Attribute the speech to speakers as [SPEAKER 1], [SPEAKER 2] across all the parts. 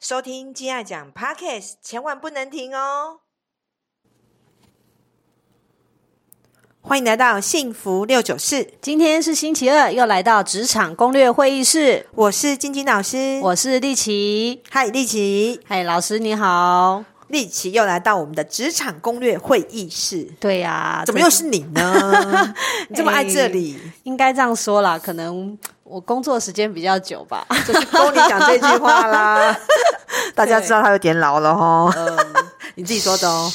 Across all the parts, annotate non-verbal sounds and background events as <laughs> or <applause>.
[SPEAKER 1] 收听《金爱讲 Podcast》，千万不能停哦！欢迎来到幸福六九四，
[SPEAKER 2] 今天是星期二，又来到职场攻略会议室，
[SPEAKER 1] 我是晶晶老师，
[SPEAKER 2] 我是丽琪。
[SPEAKER 1] 嗨，丽琪，
[SPEAKER 2] 嗨，老师你好。
[SPEAKER 1] 丽琪又来到我们的职场攻略会议室，
[SPEAKER 2] 对呀、
[SPEAKER 1] 怎么又哎是你 <laughs> 呢？你这么爱这里，
[SPEAKER 2] 应该这样说啦？可能我工作时间比较久吧。 <laughs>
[SPEAKER 1] 就是跟你讲这句话 <laughs> 啦。大家知道他有点老了哦，
[SPEAKER 2] 嗯，
[SPEAKER 1] 你自己说的哦。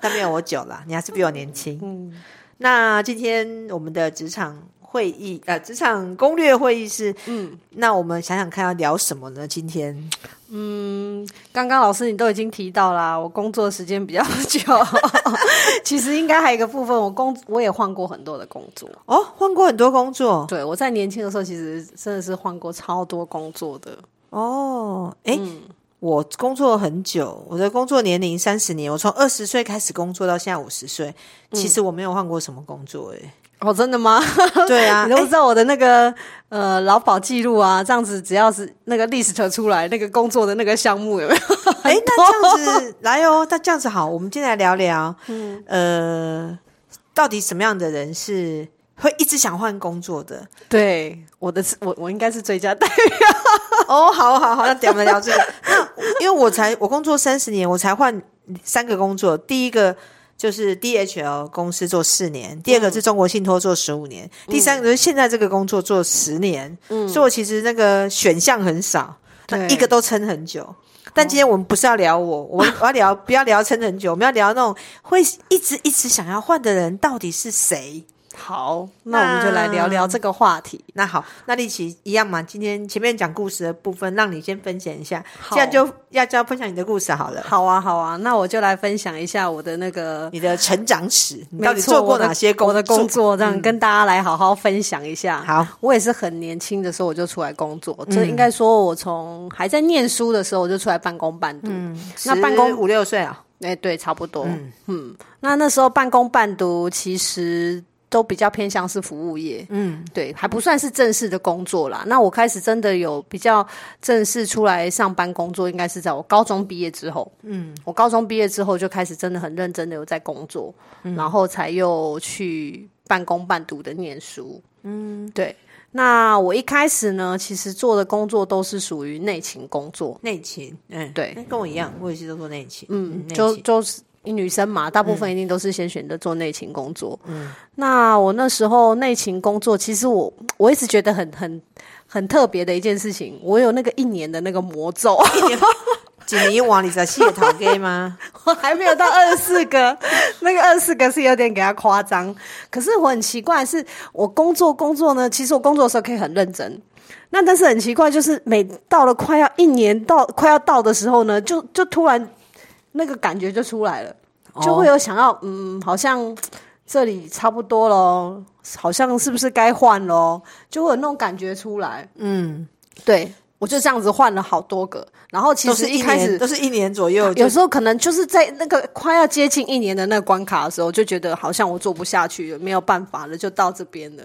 [SPEAKER 1] 但没有我久了，你还是比我年轻。
[SPEAKER 2] 嗯
[SPEAKER 1] 那今天我们的职场会议，呃，职场攻略会议是，
[SPEAKER 2] 嗯
[SPEAKER 1] 那我们想想看要聊什么呢？今天
[SPEAKER 2] 嗯，刚刚老师你都已经提到啦，我工作时间比较久。 <laughs> 其实应该还有一个部分，我工我也换过很多的工作。
[SPEAKER 1] 哦，换过很多工作
[SPEAKER 2] 对，我在年轻的时候，其实真的是换过超多工作的。
[SPEAKER 1] 哦，诶，我工作很久，我的工作年龄三十年，我从二十岁开始工作到现在五十岁，其实我没有换过什么工作、 <laughs> 诶，
[SPEAKER 2] 哦，真的吗？
[SPEAKER 1] 对啊，
[SPEAKER 2] 你都
[SPEAKER 1] 诶
[SPEAKER 2] 知道我的那个、呃劳保记录啊，这样子只要是那个 list 出来，那个工作的那个项目有没有？ <laughs>
[SPEAKER 1] 哎，那这样子来哦， <laughs> 那这样子好，我们今天来聊聊，呃，到底什么样的人是会一直想换工作的？
[SPEAKER 2] 对，我的是我我应该是最佳代表。
[SPEAKER 1] <laughs> 哦，好好好，那等我们聊这个。那因为我才我工作三十年，我才换三个工作，第一个。就是 DHL 公司做四年，第二个是中国信托做十五年，第三个就是现在这个工作做十年，所以我其实那个选项很少，那
[SPEAKER 2] 对
[SPEAKER 1] 一个都撑很久。但今天我们不是要聊我，我们我要聊不要聊撑很久，我们要聊那种会一直一直想要换的人到底是谁？
[SPEAKER 2] 好，那我们就来聊聊这个话题。
[SPEAKER 1] 那好，那丽琪一样嘛。今天前面讲故事的部分，让你先分享一下，
[SPEAKER 2] 好
[SPEAKER 1] 这样就要就要分享你的故事好了，
[SPEAKER 2] 好啊，好啊，那我就来分享一下我的那个
[SPEAKER 1] 你的成长史，你
[SPEAKER 2] 没
[SPEAKER 1] 到底
[SPEAKER 2] 错
[SPEAKER 1] 做过
[SPEAKER 2] 我的
[SPEAKER 1] 哪些工
[SPEAKER 2] 我的工
[SPEAKER 1] 作？嗯
[SPEAKER 2] 作，这样、跟大家来好好分享一下。
[SPEAKER 1] 好，嗯
[SPEAKER 2] 我也是很年轻的时候我就出来工作，这应该说我从还在念书的时候我就出来半工半读。
[SPEAKER 1] 嗯
[SPEAKER 2] 那办公
[SPEAKER 1] 五六岁啊，
[SPEAKER 2] 哎、对，差不多。嗯那那时候半工半读，其实都比较偏向是服务业，
[SPEAKER 1] 嗯，
[SPEAKER 2] 对，还不算是正式的工作啦。那我开始真的有比较正式出来上班工作，应该是在我高中毕业之后。嗯，我高中毕业之后就开始真的很认真的有在工作，然后才又去半工半读的念书。嗯，对。那我一开始呢，其实做的工作都是属于内勤工作，
[SPEAKER 1] 内勤，嗯，
[SPEAKER 2] 对
[SPEAKER 1] 那跟我一样，我也是都做内勤，
[SPEAKER 2] 嗯，
[SPEAKER 1] 内
[SPEAKER 2] 就
[SPEAKER 1] 勤
[SPEAKER 2] 就是女生嘛，大部分一定都是先选择做内勤工作。嗯，那我那时候内勤工作，其实我我一直觉得很很很特别的一件事情，我有那个一年的那个魔咒，
[SPEAKER 1] 几年一往你在卸桃给
[SPEAKER 2] <laughs>
[SPEAKER 1] 吗？
[SPEAKER 2] 我还没有到二十四个，那个二十四个是有点给他夸张。可是我很奇怪，是我工作工作呢，其实我工作的时候可以很认真。那但是很奇怪，就是每到了快要一年到快要到的时候呢，就就突然那个感觉就出来了，就会有想要、嗯，好像这里差不多咯，好像是不是该换咯，就会有那种感觉出来。
[SPEAKER 1] 嗯，
[SPEAKER 2] 对我就这样子换了好多个，然后其
[SPEAKER 1] 都
[SPEAKER 2] 实
[SPEAKER 1] 是一
[SPEAKER 2] 开
[SPEAKER 1] 年
[SPEAKER 2] 始
[SPEAKER 1] 都是一年左右，
[SPEAKER 2] 有
[SPEAKER 1] 就
[SPEAKER 2] 时候可能就是在那个快要接近一年的那个关卡的时候，就觉得好像我做不下去了，没有办法了，就到这边了。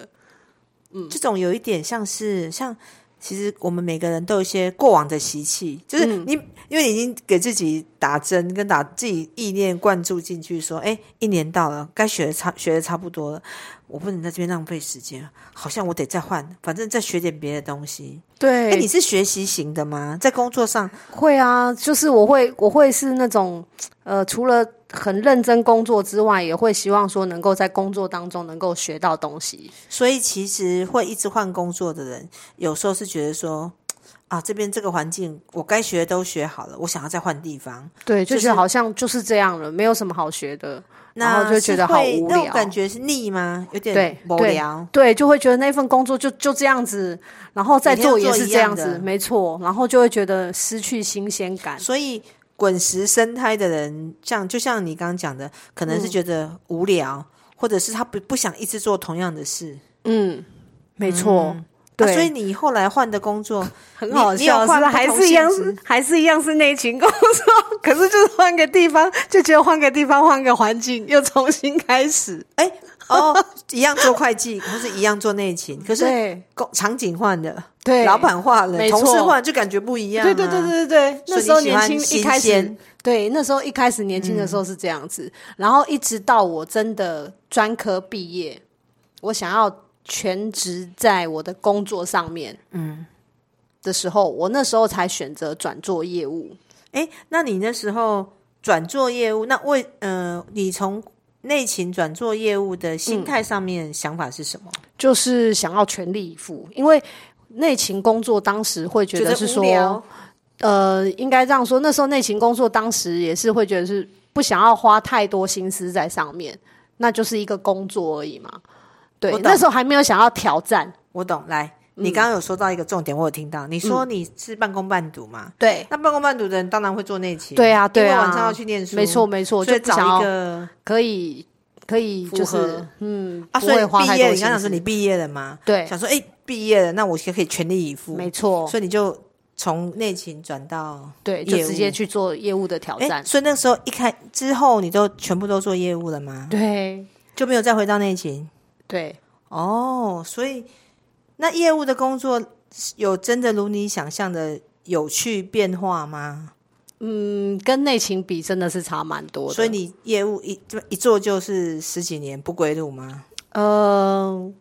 [SPEAKER 1] 这种有一点像是像。其实我们每个人都有一些过往的习气，就是你、因为你已经给自己打针跟打自己意念灌注进去，说，哎，一年到了，该学的差学的差不多了，我不能在这边浪费时间，好像我得再换，反正再学点别的东西。
[SPEAKER 2] 对
[SPEAKER 1] 哎，你是学习型的吗？在工作上，
[SPEAKER 2] 会啊，就是我会，我会是那种，呃，除了很认真工作之外，也会希望说能够在工作当中能够学到东西。
[SPEAKER 1] 所以其实会一直换工作的人，有时候是觉得说，啊，这边这个环境我该学的都学好了，我想要再换地方。
[SPEAKER 2] 对，就
[SPEAKER 1] 就是是
[SPEAKER 2] 好像就是这样了，没有什么好学的。然
[SPEAKER 1] 那
[SPEAKER 2] 后就觉得
[SPEAKER 1] 是
[SPEAKER 2] 好
[SPEAKER 1] 会
[SPEAKER 2] 无
[SPEAKER 1] 那种
[SPEAKER 2] 聊
[SPEAKER 1] 感觉是腻吗？有点
[SPEAKER 2] 对
[SPEAKER 1] 无
[SPEAKER 2] 对
[SPEAKER 1] 聊。
[SPEAKER 2] 对，就会觉得那份工作就就这样子，然后再
[SPEAKER 1] 每天要
[SPEAKER 2] 做也
[SPEAKER 1] 做
[SPEAKER 2] 是
[SPEAKER 1] 一
[SPEAKER 2] 这
[SPEAKER 1] 样
[SPEAKER 2] 样
[SPEAKER 1] 的
[SPEAKER 2] 子，没错，然后就会觉得失去新鲜感。
[SPEAKER 1] 所以滚石生态的人，像就像你刚刚讲的，可能是
[SPEAKER 2] 嗯
[SPEAKER 1] 觉得无聊，或者是他不不想一直做同样的事。
[SPEAKER 2] 嗯，没错。对、
[SPEAKER 1] 啊所以你后来换的工作，
[SPEAKER 2] 嗯 <laughs> 很
[SPEAKER 1] 你
[SPEAKER 2] 好
[SPEAKER 1] 你有
[SPEAKER 2] 笑，是
[SPEAKER 1] 换
[SPEAKER 2] 不是
[SPEAKER 1] 不
[SPEAKER 2] 还
[SPEAKER 1] 同
[SPEAKER 2] 是一
[SPEAKER 1] 性
[SPEAKER 2] 样
[SPEAKER 1] 质
[SPEAKER 2] 是还是一样是内勤工作， <laughs> 可是就是换个地方，就觉得换个地方换个环境又重新开始。
[SPEAKER 1] 哎，
[SPEAKER 2] <laughs>
[SPEAKER 1] 哦，一样做会计，或是一样做内勤，可是
[SPEAKER 2] 对
[SPEAKER 1] 工场景换了，
[SPEAKER 2] 对，
[SPEAKER 1] 老板换了，
[SPEAKER 2] 没错
[SPEAKER 1] 同事换了，就感觉不一样、啊。
[SPEAKER 2] 对对对对对
[SPEAKER 1] 所以
[SPEAKER 2] 对，那
[SPEAKER 1] 你
[SPEAKER 2] 时候
[SPEAKER 1] 喜
[SPEAKER 2] 年
[SPEAKER 1] 欢
[SPEAKER 2] 轻一
[SPEAKER 1] 新
[SPEAKER 2] 开始
[SPEAKER 1] 鲜，嗯
[SPEAKER 2] 对，那时候一开始年轻的时候是这样子，然后一直到我真的专科毕业，我想要全职在我的工作上面，嗯，的时候，我那时候才选择转做业务。
[SPEAKER 1] 哎，那你那时候转做业务，那为呃，你从内勤转做业务的
[SPEAKER 2] 嗯
[SPEAKER 1] 心态上面、想法是什么？
[SPEAKER 2] 就是想要全力以赴，因为内勤工作当时会觉得是
[SPEAKER 1] 无聊
[SPEAKER 2] 说，呃，应该这样说，那时候内勤工作当时也是会觉得是不想要花太多心思在上面，那就是一个工作而已嘛。对
[SPEAKER 1] 我，懂
[SPEAKER 2] 那时候还没有想要挑战，
[SPEAKER 1] 我懂。来，
[SPEAKER 2] 嗯
[SPEAKER 1] 你刚刚有说到一个重点，我有听到，你说你是半工半读嘛？
[SPEAKER 2] 对，
[SPEAKER 1] 那半工半读的人当然会做内勤，
[SPEAKER 2] 对啊，对
[SPEAKER 1] 因
[SPEAKER 2] 啊，
[SPEAKER 1] 为晚上要去念书，
[SPEAKER 2] 没错，没错，
[SPEAKER 1] 所
[SPEAKER 2] 就
[SPEAKER 1] 以
[SPEAKER 2] 不想
[SPEAKER 1] 找一
[SPEAKER 2] 要
[SPEAKER 1] 个
[SPEAKER 2] 可以可以
[SPEAKER 1] 符
[SPEAKER 2] 就是
[SPEAKER 1] 合
[SPEAKER 2] 嗯，
[SPEAKER 1] 啊，
[SPEAKER 2] 不
[SPEAKER 1] 所以
[SPEAKER 2] 会
[SPEAKER 1] 你
[SPEAKER 2] 花太
[SPEAKER 1] 毕业，你
[SPEAKER 2] 多
[SPEAKER 1] 刚
[SPEAKER 2] 心
[SPEAKER 1] 刚说你
[SPEAKER 2] 思，
[SPEAKER 1] 毕业了吗？
[SPEAKER 2] 对
[SPEAKER 1] 想说哎，毕业了，那我就可以全力以赴，
[SPEAKER 2] 没错，
[SPEAKER 1] 所以你就从内勤转到
[SPEAKER 2] 对，就
[SPEAKER 1] 业
[SPEAKER 2] 直接
[SPEAKER 1] 务
[SPEAKER 2] 去做业务的挑
[SPEAKER 1] 哎，
[SPEAKER 2] 战，
[SPEAKER 1] 所以那时候一开之后，你都全部都做业务了吗？
[SPEAKER 2] 对
[SPEAKER 1] 就没有再回到内勤。
[SPEAKER 2] 对。
[SPEAKER 1] 哦，所以那业务的工作有真的如你想象的有趣变化吗？
[SPEAKER 2] 嗯，跟内勤比真的是差蛮多的。
[SPEAKER 1] 所以你业务一就一做就是十几年不归路吗？
[SPEAKER 2] 呃，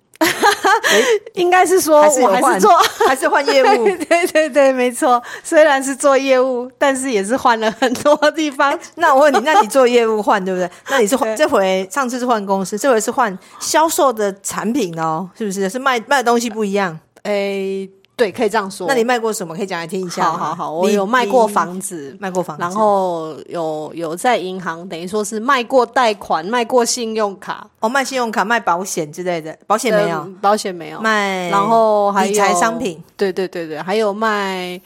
[SPEAKER 2] 应该是说
[SPEAKER 1] 还是有
[SPEAKER 2] 哦我还
[SPEAKER 1] 换
[SPEAKER 2] <laughs> 是做，
[SPEAKER 1] <laughs> 还是换业务？
[SPEAKER 2] <laughs> 对对对，没错。虽然是做业务，但是也是换了很多地 <laughs> 方。
[SPEAKER 1] 那我问你，那你做业务换对不对？那你是换
[SPEAKER 2] 对
[SPEAKER 1] 这回上次是换公司，这回是换销售的产品哦，是不是？是卖卖的东西不一样。
[SPEAKER 2] 哎，对，可以这样说。
[SPEAKER 1] 那你卖过什么？可以讲来听一下吗。
[SPEAKER 2] 好好好，我
[SPEAKER 1] 你
[SPEAKER 2] 有卖过，
[SPEAKER 1] 你
[SPEAKER 2] 房子。
[SPEAKER 1] 卖过房子，
[SPEAKER 2] 然后有有在银行，等于说是卖过贷款，卖过信用卡，
[SPEAKER 1] 哦，卖信用卡、卖保险之类的，保险没有
[SPEAKER 2] 嗯，保险没有，
[SPEAKER 1] 卖，
[SPEAKER 2] 然后还有
[SPEAKER 1] 理财商品，
[SPEAKER 2] 对对对对，还有卖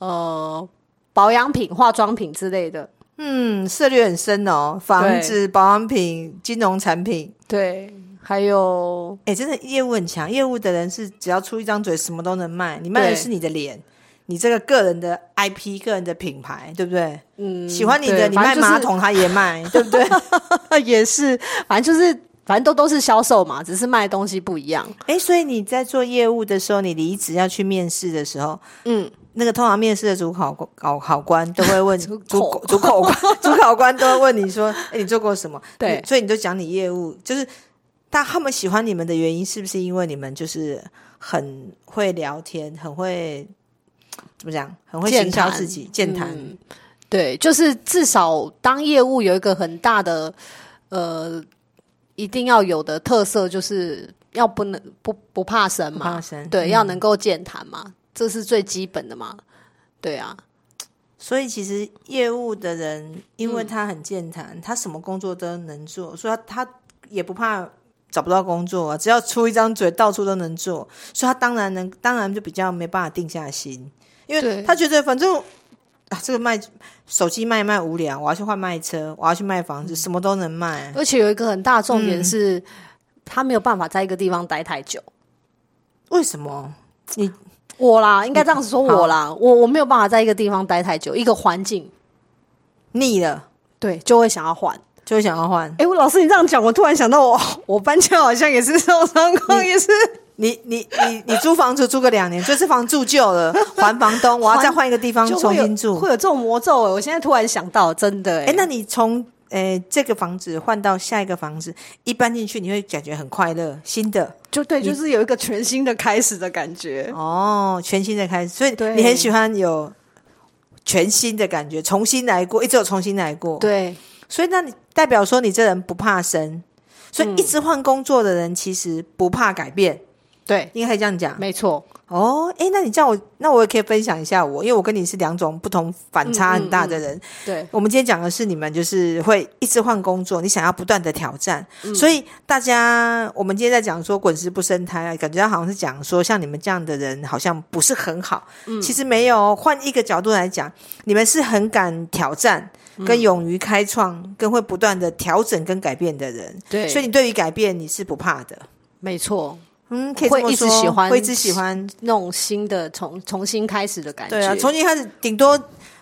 [SPEAKER 2] 呃保养品、化妆品之类的，
[SPEAKER 1] 嗯，涉猎很深哦，房子、保养品、金融产品，
[SPEAKER 2] 对，
[SPEAKER 1] <laughs>
[SPEAKER 2] 还有
[SPEAKER 1] 哎，真的业务很强，业务的人是只要出一张嘴，什么都能卖，你卖的
[SPEAKER 2] 对
[SPEAKER 1] 是你的脸。你这个个人的 IP、个人的品牌，对不对？
[SPEAKER 2] 嗯，
[SPEAKER 1] 喜欢你的，
[SPEAKER 2] 对
[SPEAKER 1] 你
[SPEAKER 2] 反
[SPEAKER 1] 卖
[SPEAKER 2] 正就是
[SPEAKER 1] 马桶他也卖，对不对？ <laughs>
[SPEAKER 2] 也是，反正就是反正都都是销售嘛，只是卖的东西不一样。
[SPEAKER 1] 哎，所以你在做业务的时候，你离职要去面试的时候，
[SPEAKER 2] 嗯，
[SPEAKER 1] 那个通常面试的主考考考官都会
[SPEAKER 2] <laughs>
[SPEAKER 1] 问主
[SPEAKER 2] 口
[SPEAKER 1] 口主考官 <laughs> 主考官都会问你说：“哎，你做过什么？”
[SPEAKER 2] 对
[SPEAKER 1] 你所以你就讲你业务，就是但他们喜欢你们的原因，是不是因为你们就是很会聊天，很会怎么讲，很会
[SPEAKER 2] 健
[SPEAKER 1] 行销
[SPEAKER 2] 谈
[SPEAKER 1] 自己，健谈？
[SPEAKER 2] 嗯对，就是至少当业务有一个很大的呃，一定要有的特色，就是要不能不不怕生
[SPEAKER 1] 不
[SPEAKER 2] 嘛，
[SPEAKER 1] 怕生
[SPEAKER 2] 对，
[SPEAKER 1] 嗯
[SPEAKER 2] 要能够健谈嘛，这是最基本的嘛。对啊，
[SPEAKER 1] 所以其实业务的人，因
[SPEAKER 2] 嗯
[SPEAKER 1] 为他很健谈，他什么工作都能做，所以他他也不怕找不到工作啊，只要出一张嘴，到处都能做，所以他当然能，当然就比较没办法定下心，因为
[SPEAKER 2] 对
[SPEAKER 1] 他觉得反正啊，这个卖手机卖一卖无聊，我要去换卖车，我要去卖房子，
[SPEAKER 2] 嗯
[SPEAKER 1] 什么都能卖。
[SPEAKER 2] 而且有一个很大的重点是，他没有办法在一个地方待太久。
[SPEAKER 1] 为什么？你
[SPEAKER 2] 我啦，应该这样子说我啦，我我没有办法在一个地方待太久，一个环境
[SPEAKER 1] 腻了
[SPEAKER 2] 对就会想要换。
[SPEAKER 1] 就会想要换？
[SPEAKER 2] 哎、我老师你这样讲，我突然想到我我搬家好像也是受伤过，也是
[SPEAKER 1] 你你你你租房子租个两年，这次房住旧了，还房东，我要再换一个地方
[SPEAKER 2] 就
[SPEAKER 1] 重
[SPEAKER 2] 会有
[SPEAKER 1] 新住，
[SPEAKER 2] 会有这种魔咒、欸。我现在突然想到，真的、欸，
[SPEAKER 1] 哎、那你从诶、这个房子换到下一个房子，一搬进去你会感觉很快乐，新的
[SPEAKER 2] 就对，就是有一个全新的开始的感觉。
[SPEAKER 1] 哦，全新的开始，所以
[SPEAKER 2] 对
[SPEAKER 1] 你很喜欢有全新的感觉，重新来过，一直有重新来过。，
[SPEAKER 2] 对，嗯
[SPEAKER 1] 所以那你代表说你这人不怕生，所以一直换工作的人其实不怕改变，
[SPEAKER 2] 对，
[SPEAKER 1] 应该可以这样讲。
[SPEAKER 2] 没错，
[SPEAKER 1] 哦，哎、那你这样我，那我也可以分享一下我，因为我跟你是两种不同反差
[SPEAKER 2] 嗯
[SPEAKER 1] 很大的人，
[SPEAKER 2] 对，
[SPEAKER 1] 我们今天讲的是你们就是会一直换工作，你想要不断的挑战，
[SPEAKER 2] 嗯
[SPEAKER 1] 所以大家我们今天在讲说滚石不生胎啊，感觉好像是讲说像你们这样的人好像不是很好，
[SPEAKER 2] 嗯
[SPEAKER 1] 其实没有哦。换一个角度来讲，你们是很敢挑战。
[SPEAKER 2] 嗯
[SPEAKER 1] 跟勇于开创，跟会不断的调整跟改变的人，
[SPEAKER 2] 对
[SPEAKER 1] 所以你对于改变你是不怕的，
[SPEAKER 2] 没错，
[SPEAKER 1] 嗯，可以这么
[SPEAKER 2] 会一直
[SPEAKER 1] 说
[SPEAKER 2] 喜欢
[SPEAKER 1] 会一直喜欢，啊
[SPEAKER 2] 那种新的重重新开始的感觉。
[SPEAKER 1] 对啊，从一开始顶多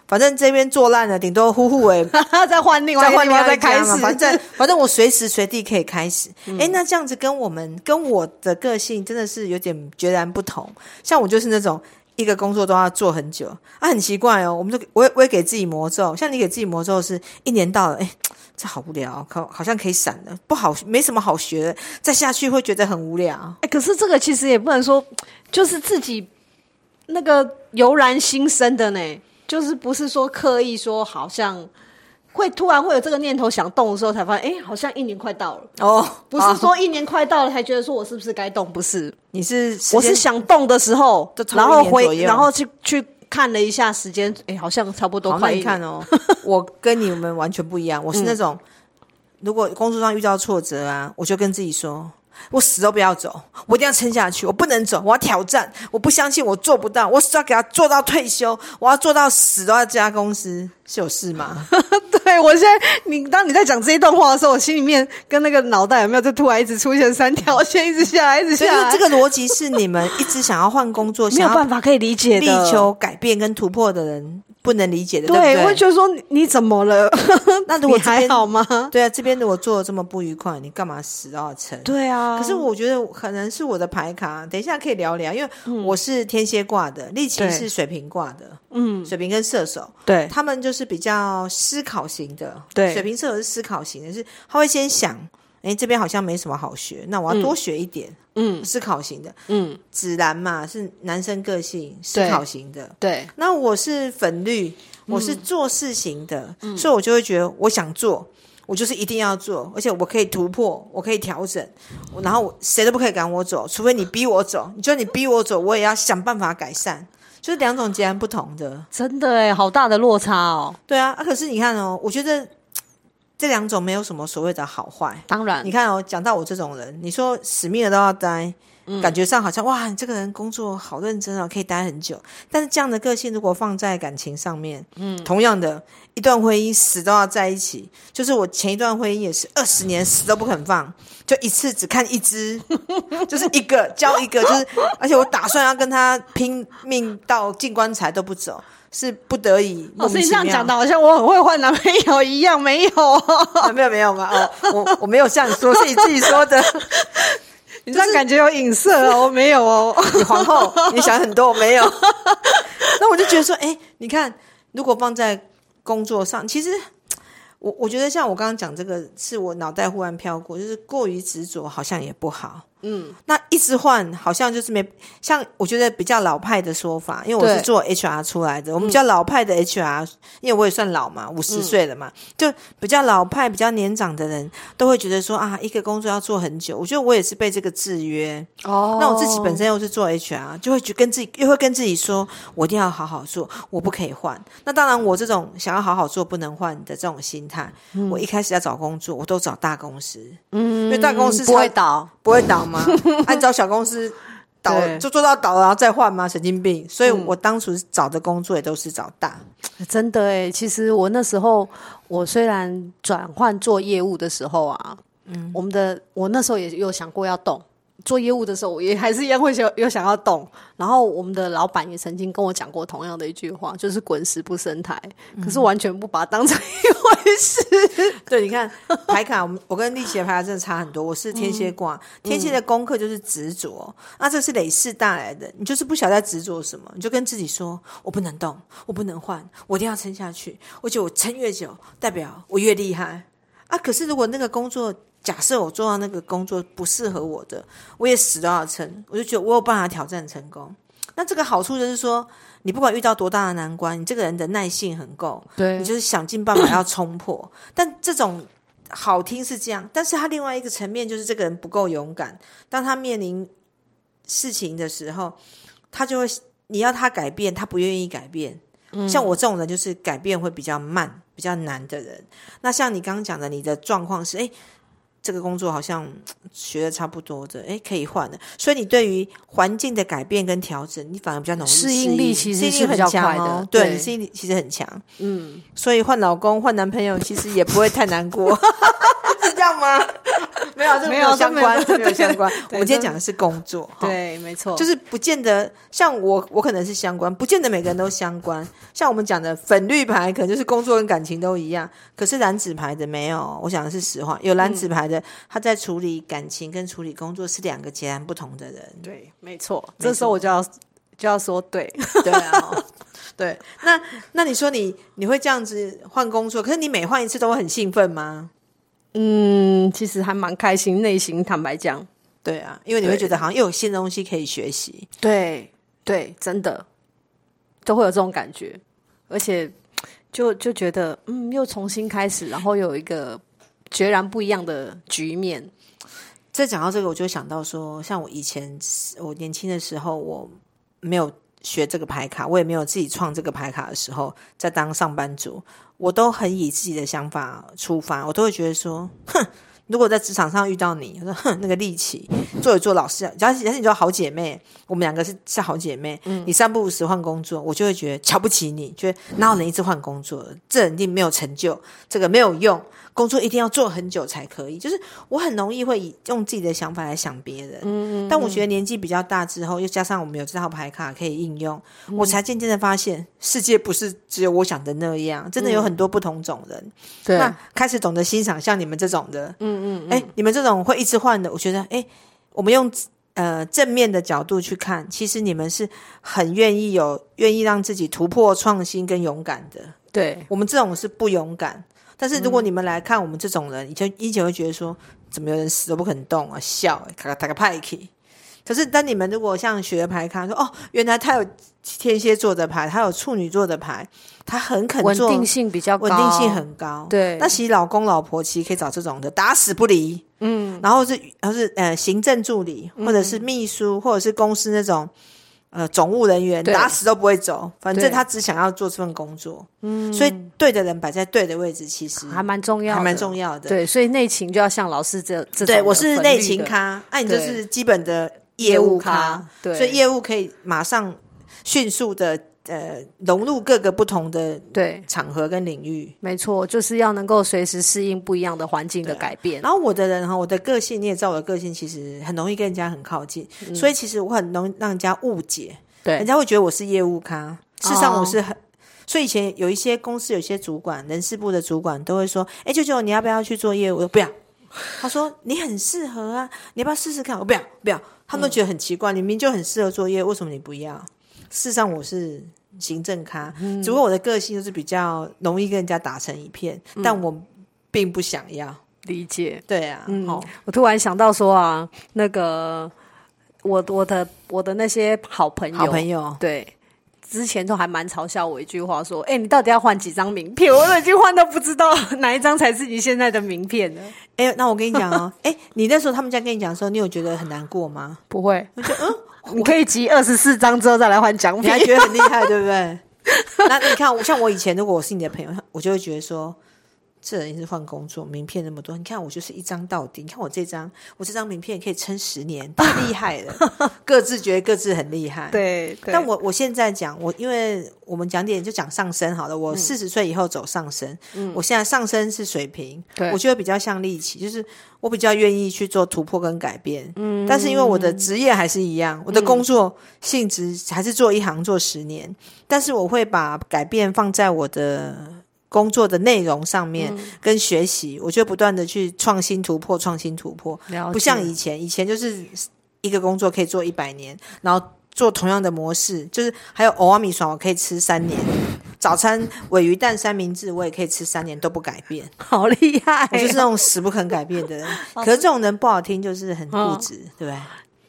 [SPEAKER 1] 反正这边做烂了，顶多呼呼尾，
[SPEAKER 2] <laughs> 再换另外
[SPEAKER 1] 再
[SPEAKER 2] 一个
[SPEAKER 1] 换
[SPEAKER 2] 地
[SPEAKER 1] 另外
[SPEAKER 2] 方再
[SPEAKER 1] 一
[SPEAKER 2] 开
[SPEAKER 1] 家嘛
[SPEAKER 2] 始，
[SPEAKER 1] 反正 <laughs> 反正我随时随地可以开始。哎、那这样子跟我们跟我的个性真的是有点截然不同。像我就是那种一个工作都要做很久啊，很奇怪哦。我们就我也我也给自己魔咒，像你给自己魔咒是一年到了，哎、这好无聊哦，好好像可以闪了，不好没什么好学的，再下去会觉得很无聊。
[SPEAKER 2] 哎可是这个其实也不能说，就是自己那个油然心生的呢，就是不是说刻意说好像。会突然会有这个念头想动的时候，才发现，哎、好像一年快到了。
[SPEAKER 1] 哦，
[SPEAKER 2] 不是说一年快到了才觉得说我是不是该动，不是，
[SPEAKER 1] 你是时
[SPEAKER 2] 我
[SPEAKER 1] 间
[SPEAKER 2] 是想动的时候
[SPEAKER 1] 就，差
[SPEAKER 2] 然
[SPEAKER 1] 不多一
[SPEAKER 2] 后
[SPEAKER 1] 年左
[SPEAKER 2] 回，
[SPEAKER 1] 右
[SPEAKER 2] 然后去去看了一下时间，哎、好像差不多
[SPEAKER 1] 好，
[SPEAKER 2] 快
[SPEAKER 1] 那
[SPEAKER 2] 一
[SPEAKER 1] 你
[SPEAKER 2] 年
[SPEAKER 1] 看哦， <laughs> 我跟你们完全不一样。我是
[SPEAKER 2] 嗯
[SPEAKER 1] 那种，如果工作上遇到挫折啊，我就跟自己说，我死都不要走，我一定要撑下去，我不能走，我要挑战，我不相信我做不到，我只要给他做到退休，我要做到死都要这家公司，是有事
[SPEAKER 2] <laughs>
[SPEAKER 1] 吗？
[SPEAKER 2] <laughs> 对我现在，你当你在讲这一段话的时候，我心里面跟那个脑袋有没有就突然一直出现三条线，一直下来，一直
[SPEAKER 1] 所以
[SPEAKER 2] 下来，
[SPEAKER 1] 这个逻辑是你们一直想要换工作，
[SPEAKER 2] 啊 <laughs> 没有
[SPEAKER 1] 想要
[SPEAKER 2] 办法可以理解的。
[SPEAKER 1] 力求改变跟突破的人不能理解的，对
[SPEAKER 2] 对，
[SPEAKER 1] 不
[SPEAKER 2] 我会
[SPEAKER 1] 对？
[SPEAKER 2] 觉得说你你怎么 <laughs> 了？
[SPEAKER 1] 那如
[SPEAKER 2] 你
[SPEAKER 1] 果这
[SPEAKER 2] 还
[SPEAKER 1] 边
[SPEAKER 2] 好吗？
[SPEAKER 1] 对啊，这边如果做的这么不愉快，你干嘛死都要撑？
[SPEAKER 2] 对啊，
[SPEAKER 1] 可是我觉得可能是我的牌卡，等一下可以聊聊，因为我是天蝎挂的，丽
[SPEAKER 2] 嗯对
[SPEAKER 1] 琴是水瓶挂的，
[SPEAKER 2] 嗯，
[SPEAKER 1] 水瓶跟射手，
[SPEAKER 2] 对
[SPEAKER 1] 他们就是比较思考型的，
[SPEAKER 2] 对
[SPEAKER 1] 水瓶射手是思考型的，是他会先想，哎，这边好像没什么好学，那我要多学一点，
[SPEAKER 2] 嗯
[SPEAKER 1] 思考型的，
[SPEAKER 2] 嗯，
[SPEAKER 1] 紫兰嘛是男生个性，思
[SPEAKER 2] 对
[SPEAKER 1] 考型的，
[SPEAKER 2] 对
[SPEAKER 1] 那我是粉绿，我是做事型的，所以我就会觉得我想做，我就是一定要做，而且我可以突破，我可以调整，我然后我谁都不可以赶我走，除非你逼我走。你就你逼我走，我也要想办法改善，就是两种截然不同的。
[SPEAKER 2] 真的哎，好大的落差哦。
[SPEAKER 1] 对啊，啊可是你看哦，我觉得嘖这两种没有什么所谓的好坏。
[SPEAKER 2] 当然
[SPEAKER 1] 你，看哦，讲到我这种人，你说死命的都要待，
[SPEAKER 2] 嗯
[SPEAKER 1] 感觉上好像哇，你这个人工作好认真哦，可以待很久。但是这样的个性如果放在感情上面，嗯，同样的一段婚姻死都要在一起，就是我前一段婚姻也是二十年死都不肯放，就一次只看一只，就是一个交一个，就是而且我打算要跟他拼命到进棺材都不走，是不得已。
[SPEAKER 2] 老
[SPEAKER 1] 莫
[SPEAKER 2] 师
[SPEAKER 1] 名其
[SPEAKER 2] 你哦这样
[SPEAKER 1] 妙
[SPEAKER 2] 讲的好像我很会换男朋友一样，没有哦，
[SPEAKER 1] 啊，没有没有嘛，哦，我我没有这样说，是你自己说的。
[SPEAKER 2] 你这样感觉有影射哦，我没有哦。
[SPEAKER 1] 你皇后，你想很多，我没有。 <laughs> 那我就觉得说，哎、你看，如果放在工作上，其实我我觉得像我刚刚讲这个，是我脑袋忽然飘过，就是过于执着好像也不好。嗯，那一直换好像就是没像我觉得比较老派的说法，因为我
[SPEAKER 2] 对
[SPEAKER 1] 是做 HR 出来的，我们比较老派的 HR，、因为我也算老嘛，五十岁了嘛，就比较老派、比较年长的人都会觉得说啊，一个工作要做很久。我觉得我也是被这个制约，
[SPEAKER 2] 哦
[SPEAKER 1] 那我自己本身又是做 HR，就会去跟自己又会跟自己说，我一定要好好做，我不可以换。那当然，我这种想要好好做不能换的这种心态，
[SPEAKER 2] 嗯
[SPEAKER 1] 我一开始要找工作，我都找大公司，嗯，因为大公司
[SPEAKER 2] 不会
[SPEAKER 1] 它
[SPEAKER 2] 倒，
[SPEAKER 1] 不会倒
[SPEAKER 2] <laughs>
[SPEAKER 1] 吗？按照小公司倒
[SPEAKER 2] 对嗯
[SPEAKER 1] 就做到倒了，然后再换吗？神经病！所以我当初找的工作也都是找大，
[SPEAKER 2] 真的哎，其实我那时候，我虽然转换做业务的时候啊，嗯，我们的我那时候也有想过要动。做业务的时候，我也还是一样会想有想要动。然后我们的老板也曾经跟我讲过同样的一句话，就是“滚石不生苔”，可是完全不把它当成 <laughs> 一回事。
[SPEAKER 1] 对，你看牌卡，我们我跟丽琪的牌卡真的差很多。我是天蝎卦，天蝎的功课就是执着，啊，这是累世带来的。你就是不晓得在执着什么，你就跟自己说：我不能动，我不能换，我一定要撑下去。而且我撑越久，代表我越厉害啊。可是如果那个工作，假设我做到那个工作不适合我的，我也死都要撑。我就觉得我有办法挑战成功。那这个好处就是说，你不管遇到多大的难关，你这个人的耐性很够，
[SPEAKER 2] 对
[SPEAKER 1] 你就是想尽办法要冲破。但这种好听是这样，但是他另外一个层面就是这个人不够勇敢。当他面临事情的时候，他就会你要他改变，他不愿意改变。
[SPEAKER 2] 嗯
[SPEAKER 1] 像我这种人，就是改变会比较慢、比较难的人。那像你刚刚讲的，你的状况是，哎，这个工作好像学的差不多的，哎，可以换了。所以你对于环境的改变跟调整，你反而比较容易
[SPEAKER 2] 适应
[SPEAKER 1] 应
[SPEAKER 2] 力其实
[SPEAKER 1] 适应
[SPEAKER 2] 是
[SPEAKER 1] 力
[SPEAKER 2] 比
[SPEAKER 1] 很
[SPEAKER 2] 较
[SPEAKER 1] 强
[SPEAKER 2] 快的
[SPEAKER 1] 哦对，
[SPEAKER 2] 对
[SPEAKER 1] 你适应力其实很强。
[SPEAKER 2] 嗯，
[SPEAKER 1] <laughs> 所以换老公、换男朋友，其实也不会太难过。人家样吗？ <laughs> 没有，这个
[SPEAKER 2] 没
[SPEAKER 1] 没
[SPEAKER 2] 有
[SPEAKER 1] 有相关，
[SPEAKER 2] 这
[SPEAKER 1] 这
[SPEAKER 2] 没
[SPEAKER 1] 没
[SPEAKER 2] 有
[SPEAKER 1] 有相关
[SPEAKER 2] 对。
[SPEAKER 1] 我
[SPEAKER 2] 对
[SPEAKER 1] 们今天
[SPEAKER 2] 这
[SPEAKER 1] 讲的是工作，哈
[SPEAKER 2] 对，没错，
[SPEAKER 1] 就是是不见得像我，我可能是相关，不见得每个人都相关。像我们讲的粉绿牌，可能就是工作跟感情都一样，可是蓝纸牌的没有。我讲的是实话，有蓝纸牌的，他在处理感情跟处理工作是两个截然不同的 <laughs> 人。
[SPEAKER 2] 对，没错。这时候我就要就要说，对， <laughs>
[SPEAKER 1] 对啊，对。那那你说你你会这样子换工作，可是你每换一次都会很兴奋吗？
[SPEAKER 2] 嗯，其实还蛮开心，内心坦白讲，
[SPEAKER 1] 对啊，因为你会
[SPEAKER 2] 对
[SPEAKER 1] 觉得好像又有新的东西可以学习。
[SPEAKER 2] 对对，真的都会有这种感觉，而且就就觉得嗯，又重新开始，然后有一个决然不一样的局面。
[SPEAKER 1] 再讲到这个，我就想到说，像我以前我年轻的时候，我没有学这个牌卡，我也没有自己创这个牌卡的时候，在当上班族，我都很以自己的想法出发，我都会觉得说，哼。如果在职场上遇到你，我说哼，那个力气做一做老师，假如假如你说好姐妹，我们两个是是好姐妹，你三不五时换工作，我就会觉得瞧不起你，觉得哪有人一直换工作的，这人一定没有成就，这个没有用，工作一定要做很久才可以。就是我很容易会以用自己的想法来想别人，但我觉得年纪比较大之后，又加上我们有这套牌卡可以应用，我才渐渐的发现，世界不是只有我想的那样，真的有很多不同种人。
[SPEAKER 2] 对
[SPEAKER 1] 那开始懂得欣赏像你们这种的，嗯嗯，哎、你们这种会一直换的，我觉得，哎、我们用呃正面的角度去看，其实你们是很愿意有愿意让自己突破、创新跟勇敢的。
[SPEAKER 2] 对
[SPEAKER 1] 我们这种是不勇敢，但是如果你们来看我们这种人，以前以前会觉得说，怎么有人死都不肯动啊，笑、欸，卡卡打个派去。可是当你们如果像学牌看说，哦，原来他有天蝎座的牌，他有处女座的牌，他很肯
[SPEAKER 2] 稳
[SPEAKER 1] 做，
[SPEAKER 2] 定性比较高，
[SPEAKER 1] 稳定性很高。
[SPEAKER 2] 对
[SPEAKER 1] 那其实老公老婆其实可以找这种的，打死不离。嗯，然后是然后是呃行政助理，
[SPEAKER 2] 嗯
[SPEAKER 1] 或者是秘书，或者是公司那种呃总务人员，
[SPEAKER 2] 对
[SPEAKER 1] 打死都不会走，反
[SPEAKER 2] 对
[SPEAKER 1] 正他只想要做这份工作。嗯，所以对的人摆在对的位置，其实
[SPEAKER 2] 还蛮重要，
[SPEAKER 1] 还蛮重要的。
[SPEAKER 2] 对，所以内勤就要像老师这这种
[SPEAKER 1] 对，
[SPEAKER 2] 的
[SPEAKER 1] 我是
[SPEAKER 2] 粉
[SPEAKER 1] 内
[SPEAKER 2] 绿
[SPEAKER 1] 勤
[SPEAKER 2] 的，
[SPEAKER 1] 咖，那、你就
[SPEAKER 2] 对
[SPEAKER 1] 是基本的
[SPEAKER 2] 业
[SPEAKER 1] 业
[SPEAKER 2] 务
[SPEAKER 1] 务
[SPEAKER 2] 咖
[SPEAKER 1] 咖，
[SPEAKER 2] 对
[SPEAKER 1] 所以业务可以马上迅速的呃融入各个不同的
[SPEAKER 2] 对，
[SPEAKER 1] 场合跟领域。
[SPEAKER 2] 没错，就是要能够随时适应不一样的环境
[SPEAKER 1] 啊
[SPEAKER 2] 的改变。
[SPEAKER 1] 然后我的人哈，我的个性你也知道，我的个性其实很容易跟人家很靠近，所以其实我很容易让人家误解，人
[SPEAKER 2] 嗯对，
[SPEAKER 1] 家会觉得我是业务咖。事实上
[SPEAKER 2] 哦
[SPEAKER 1] 我是很，所以以前有一些公司有一些主管，人事部的主管都会说：“哎，舅舅，你要不要去做业务？”我说不要。他说：“你很适合啊，你要不要试试看？”我不要，不要。他们都觉得很奇
[SPEAKER 2] 嗯
[SPEAKER 1] 怪，你明明就很适合做业务，为什么你不要？事实上我是行政咖，
[SPEAKER 2] 嗯
[SPEAKER 1] 只不过我的个性就是比较容易跟人家打成一片，
[SPEAKER 2] 嗯
[SPEAKER 1] 但我并不想要。
[SPEAKER 2] 理解。
[SPEAKER 1] 对啊，
[SPEAKER 2] 嗯
[SPEAKER 1] 哦，
[SPEAKER 2] 我突然想到说啊，那个我我的我的那些好朋友，
[SPEAKER 1] 好朋友，
[SPEAKER 2] 对，之前都还蛮嘲笑我一句话，说：“哎、你到底要换几张名片？我都已经换到不知道哪一张才是你现在的名片了。
[SPEAKER 1] 哎、那我跟你讲哦， <laughs> 哎、你那时候他们这样跟你讲的时候，你有觉得很难过 <laughs> 吗？”
[SPEAKER 2] 不会，
[SPEAKER 1] <laughs>
[SPEAKER 2] 你可以集二十四张之后再来换奖
[SPEAKER 1] 你
[SPEAKER 2] 品
[SPEAKER 1] 还。觉得很厉害，对不对？那你看，像我以前，如果我是你的朋友，我就会觉得说，这人一直换工作，名片那么多，你看我就是一张到底，你看我这张，我这张名片可以撑十年，太厉害了， <laughs> 各自觉得各自很厉害，。
[SPEAKER 2] 对，对
[SPEAKER 1] 但我我现在讲，我因为我们讲点就讲上升好了。
[SPEAKER 2] 嗯
[SPEAKER 1] 我四十岁以后走上升，我现在上升是水平，
[SPEAKER 2] 对
[SPEAKER 1] 我觉得比较像力气，就是我比较愿意去做突破跟改变。嗯，但是因为我的职业还是一样，我的
[SPEAKER 2] 嗯
[SPEAKER 1] 工作性质还是做一行做十年，但是我会把改变放在我的。工作的内容上面、
[SPEAKER 2] 嗯
[SPEAKER 1] 跟学习，我就不断的去创新突破，创新突破。
[SPEAKER 2] 了解
[SPEAKER 1] 不像以前，以前就是一个工作可以做一百年，然后做同样的模式，就是还有欧阿米爽，我可以吃三年，早餐尾鱼蛋三明治我也可以吃三年都不改
[SPEAKER 2] <laughs>
[SPEAKER 1] 变，
[SPEAKER 2] 好厉害、
[SPEAKER 1] 我就是那种死不肯改变
[SPEAKER 2] <laughs>
[SPEAKER 1] 的人。
[SPEAKER 2] 哦
[SPEAKER 1] 可是这种人不好听，就是很固执，对不对？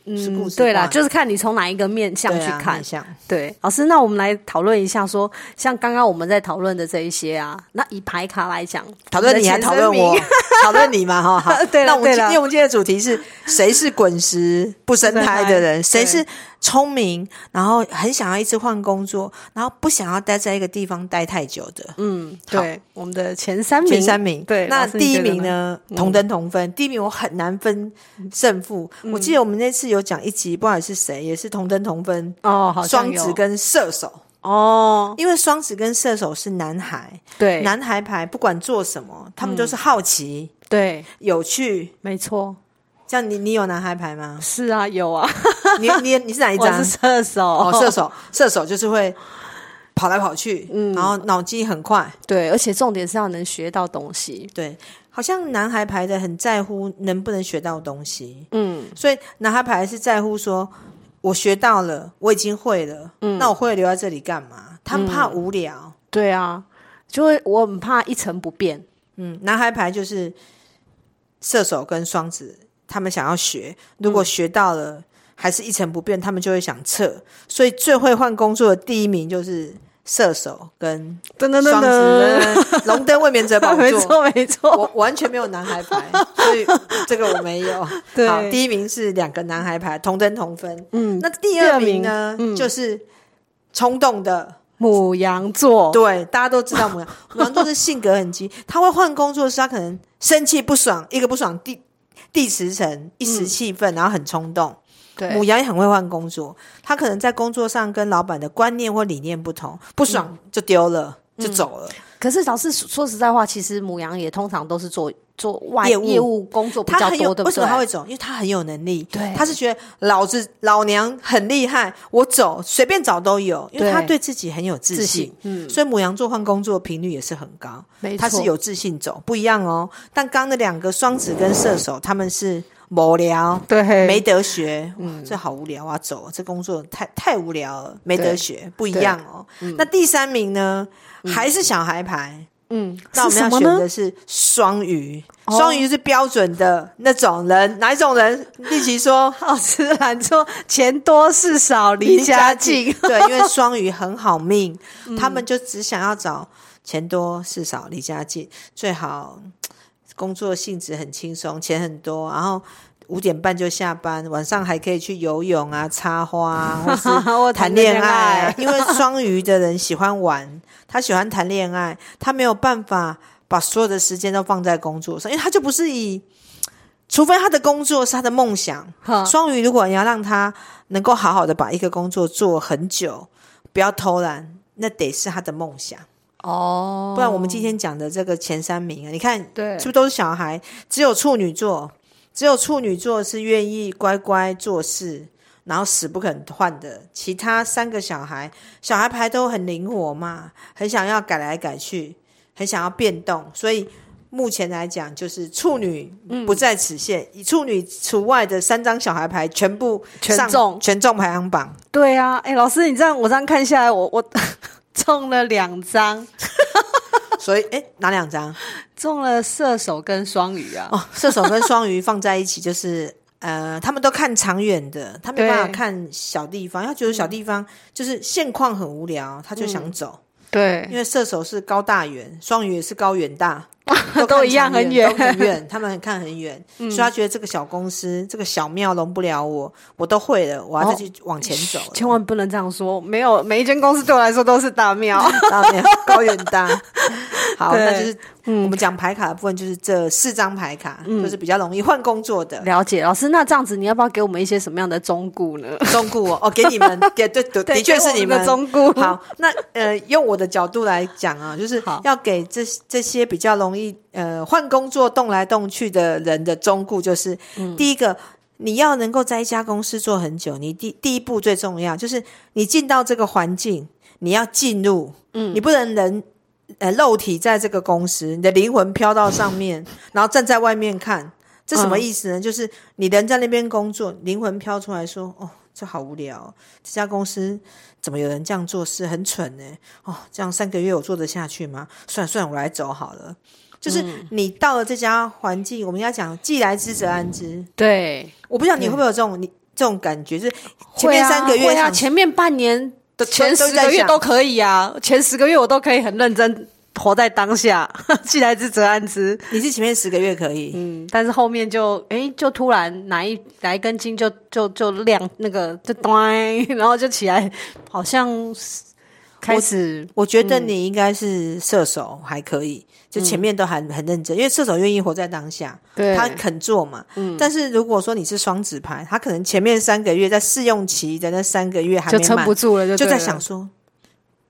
[SPEAKER 1] 是固
[SPEAKER 2] 嗯，
[SPEAKER 1] 执
[SPEAKER 2] 对啦，
[SPEAKER 1] 挂
[SPEAKER 2] 就是看你从哪一个面向
[SPEAKER 1] 对
[SPEAKER 2] 去
[SPEAKER 1] 啊
[SPEAKER 2] 看
[SPEAKER 1] 面。向
[SPEAKER 2] 对，老师，那我们来讨论一下说，像刚刚我们在讨论的这一些啊，那以牌卡来讲，
[SPEAKER 1] 讨论你还
[SPEAKER 2] 的前
[SPEAKER 1] 讨论
[SPEAKER 2] 三名 <laughs>
[SPEAKER 1] 我，讨论你嘛哈。好
[SPEAKER 2] 对了
[SPEAKER 1] 那我们
[SPEAKER 2] 对
[SPEAKER 1] 今
[SPEAKER 2] 了
[SPEAKER 1] 因为我们今天的主题是谁是滚石不生胎的人，
[SPEAKER 2] 不生
[SPEAKER 1] 谁
[SPEAKER 2] 胎 <laughs> 对
[SPEAKER 1] 是聪明，然后很想要一直换工作，然后不想要待在一个地方待太久的。
[SPEAKER 2] 嗯，
[SPEAKER 1] <laughs> 好
[SPEAKER 2] 对，我们的前三名，
[SPEAKER 1] 前三名，
[SPEAKER 2] 对，
[SPEAKER 1] 那
[SPEAKER 2] 老师
[SPEAKER 1] 第一名？呢
[SPEAKER 2] 嗯，
[SPEAKER 1] 同登同分。第一名我很难分胜负。
[SPEAKER 2] 嗯
[SPEAKER 1] 我记得我们那次有讲一集，不管是谁，也是同登同分，
[SPEAKER 2] 你觉得呢哦，好像
[SPEAKER 1] 双
[SPEAKER 2] 有
[SPEAKER 1] 子跟射手。
[SPEAKER 2] 哦，
[SPEAKER 1] 因为双子跟射手是男孩，
[SPEAKER 2] 对，嗯
[SPEAKER 1] 男孩牌不管做什么，他们就是好奇、
[SPEAKER 2] 对，
[SPEAKER 1] 有趣。
[SPEAKER 2] 没错，？
[SPEAKER 1] 像你，你有男孩牌吗
[SPEAKER 2] <laughs> 是啊，有啊，
[SPEAKER 1] 你你你是哪一
[SPEAKER 2] 我
[SPEAKER 1] 张
[SPEAKER 2] 是？射手，
[SPEAKER 1] 哦，射手，射手就是会跑来跑去，
[SPEAKER 2] 嗯
[SPEAKER 1] 然后脑筋很快，
[SPEAKER 2] 对，而且重点是要能学到东西，
[SPEAKER 1] 对，好像男孩牌的很在乎能不能学到东西，
[SPEAKER 2] 嗯，
[SPEAKER 1] 所以男孩牌是在乎说，我学到了，我已经会了，
[SPEAKER 2] 嗯
[SPEAKER 1] 那我会留在这里干嘛？他们怕无聊，
[SPEAKER 2] 对啊，就会我很怕一成不变，
[SPEAKER 1] 嗯，男孩牌就是射手跟双子，他们想要学，如
[SPEAKER 2] 嗯
[SPEAKER 1] 果学到了。还是一成不变，他们就会想撤。所以最会换工作的第一名就是射手跟
[SPEAKER 2] 噔
[SPEAKER 1] 双子
[SPEAKER 2] <laughs>
[SPEAKER 1] 跟龙灯卫冕者宝
[SPEAKER 2] 没
[SPEAKER 1] 座。
[SPEAKER 2] 错没
[SPEAKER 1] 我
[SPEAKER 2] 错，
[SPEAKER 1] 完全没有男孩牌，所以这个我没有。
[SPEAKER 2] <laughs> 对
[SPEAKER 1] 好，第一名是两个男孩牌，同登同分。
[SPEAKER 2] 嗯，
[SPEAKER 1] 那第二名呢，就是冲动的。
[SPEAKER 2] 母羊座，
[SPEAKER 1] 对，大家都知道母羊，母羊座是性格很急，他会换工作是他可能生气不爽，一个不爽第第十层一时气愤，然后很冲动。母
[SPEAKER 2] 对，
[SPEAKER 1] 羊也很会换工作，他可能在工作上跟老板的观念或理念不同，不爽就丢了，就走了。
[SPEAKER 2] 可是老师说实在话，其实母羊也通常都是做做外
[SPEAKER 1] 业务
[SPEAKER 2] 工作比
[SPEAKER 1] 他
[SPEAKER 2] 较
[SPEAKER 1] 很有
[SPEAKER 2] 多，对不
[SPEAKER 1] 为什么他
[SPEAKER 2] 对？
[SPEAKER 1] 会走？因为他很有能力，
[SPEAKER 2] 对
[SPEAKER 1] 他是觉得老子老娘很厉害，我走随便找都有，因为
[SPEAKER 2] 对
[SPEAKER 1] 他对自己很有自
[SPEAKER 2] 自
[SPEAKER 1] 信
[SPEAKER 2] 信。嗯
[SPEAKER 1] 所以母羊座换工作频率也是很高，
[SPEAKER 2] 没错
[SPEAKER 1] 他是有自信走，不一样哦。但刚那两个双子跟射手，他们是无聊，
[SPEAKER 2] 对，
[SPEAKER 1] 没得学，嗯，这好无聊啊！走，这工作太太无聊了，没得
[SPEAKER 2] 对
[SPEAKER 1] 学，不一样哦。那第三名呢，还是小孩牌，
[SPEAKER 2] 嗯，
[SPEAKER 1] 那我
[SPEAKER 2] 是
[SPEAKER 1] 们要
[SPEAKER 2] 什么
[SPEAKER 1] 选
[SPEAKER 2] 呢？
[SPEAKER 1] 的是双鱼，
[SPEAKER 2] 哦。
[SPEAKER 1] 双鱼是标准的那种人，哪一种人？立奇说
[SPEAKER 2] <laughs> 老师懒
[SPEAKER 1] <laughs>
[SPEAKER 2] 说钱多事少离家近，嗯
[SPEAKER 1] 对，因为双鱼很好命，他们就只想要找钱多事少离家近，最好工作性质很轻松，钱很多，然后五点半就下班，晚上还可以去游泳啊、插花啊，或是
[SPEAKER 2] <laughs> <laughs> 我
[SPEAKER 1] 谈
[SPEAKER 2] 个
[SPEAKER 1] 恋爱， <laughs> 因为双鱼的人喜欢玩，他喜欢谈恋爱，他没有办法把所有的时间都放在工作上，因为他就不是以，除非他的工作是他的梦想。
[SPEAKER 2] 哈
[SPEAKER 1] 双鱼如果你要让他能够好好的把一个工作做很久，不要偷懒，那得是他的梦想。
[SPEAKER 2] <laughs> 哦，
[SPEAKER 1] 不然我们今天讲的这个前三名啊，你看
[SPEAKER 2] 对
[SPEAKER 1] 是不是都是小孩？只有处女座，只有处女座是愿意乖乖做事，然后死不肯换的。其他三个小孩，小孩牌都很灵活嘛，很想要改来改去，很想要变动，所以。目前来讲，就是处女
[SPEAKER 2] 嗯
[SPEAKER 1] 不在此限，以处女除外的三张小孩牌全部
[SPEAKER 2] 全
[SPEAKER 1] 上
[SPEAKER 2] 中
[SPEAKER 1] 全中排行榜。
[SPEAKER 2] 对啊，哎，老师，你这样我这样看下来，我我 <laughs> 中了两张，
[SPEAKER 1] 所以，哎，哪两张？
[SPEAKER 2] 中了射手跟双鱼啊，
[SPEAKER 1] 哦，射手跟双鱼放在一起就是。呃，他们都看长远的，他没
[SPEAKER 2] 对
[SPEAKER 1] 办法看小地方。他觉得小地方就是现况很无聊，他就想走。因
[SPEAKER 2] 嗯对，
[SPEAKER 1] 为射手是高大远，双鱼也是高远大，看
[SPEAKER 2] <laughs> 都一样
[SPEAKER 1] 长
[SPEAKER 2] 很远
[SPEAKER 1] 都
[SPEAKER 2] 嗯
[SPEAKER 1] 很
[SPEAKER 2] <laughs>
[SPEAKER 1] 远。他们很看很远，所以他觉得这个小公司、这个小庙容不了我，我都会了，我要
[SPEAKER 2] 哦
[SPEAKER 1] 再去往前走了。
[SPEAKER 2] <laughs> 千万不能这样说，没有每一间公司对我来说都是大庙。 <laughs>
[SPEAKER 1] 大庙高远大，好，
[SPEAKER 2] 对嗯
[SPEAKER 1] 那就是、我们讲牌卡的部分，就是这四张牌卡，就是比较容易换工作的。
[SPEAKER 2] 了解，老师，那这样子你要不要给我们一些什么样的忠告呢？ <laughs>
[SPEAKER 1] 中顾哦，哦，给你们，给对对，
[SPEAKER 2] 对
[SPEAKER 1] 的确是你
[SPEAKER 2] 给我们的忠告
[SPEAKER 1] 好，那呃，用我的角度来讲啊，就是
[SPEAKER 2] 好
[SPEAKER 1] 要给这这些比较容易呃换工作动来动去的人的忠告，就是、
[SPEAKER 2] 嗯
[SPEAKER 1] 第一个。你要能够在一家公司做很久，你第第一步最重要就是你进到这个环境，你要进入，嗯，你不能人呃肉体在这个公司，你的灵魂飘到上面，然后站在外面看，这
[SPEAKER 2] 嗯
[SPEAKER 1] 什么意思呢？就是你人在那边工作，灵魂飘出来说：“哦，这好无聊哦、这家公司怎么有人这样做事，很蠢呢、哦，这样三个月我做得下去吗？算了算了，我来走好了。”就是
[SPEAKER 2] 嗯
[SPEAKER 1] 你到了这家环境，我们要讲“既来之则安之
[SPEAKER 2] 对，”。
[SPEAKER 1] 我不知道你会不会有这种你这种感觉，就是前面三个月
[SPEAKER 2] 嗯会啊，
[SPEAKER 1] 想
[SPEAKER 2] 前面半年
[SPEAKER 1] 都
[SPEAKER 2] 前
[SPEAKER 1] 都
[SPEAKER 2] 十
[SPEAKER 1] 在
[SPEAKER 2] 个月
[SPEAKER 1] 想
[SPEAKER 2] 都可以啊，前十个月我都可以很认真活在当下， <laughs> 既来之则安之。
[SPEAKER 1] 你是前面十个月可以，
[SPEAKER 2] 嗯，但是后面就哎、就突然哪一哪一根筋就就就亮那个就端， <laughs> 然后就起来，好像是开始
[SPEAKER 1] 我觉
[SPEAKER 2] 嗯
[SPEAKER 1] 得你应该是射手，还可以，就前面都还很认真，因为射手愿意活在当下，
[SPEAKER 2] 对嗯
[SPEAKER 1] 他肯做嘛。但是如果说你是双子牌，他可能前面三个月在试用期的那三个月还
[SPEAKER 2] 就
[SPEAKER 1] 没
[SPEAKER 2] 撑
[SPEAKER 1] 满
[SPEAKER 2] 不，住了就，
[SPEAKER 1] 就
[SPEAKER 2] 就
[SPEAKER 1] 在想说，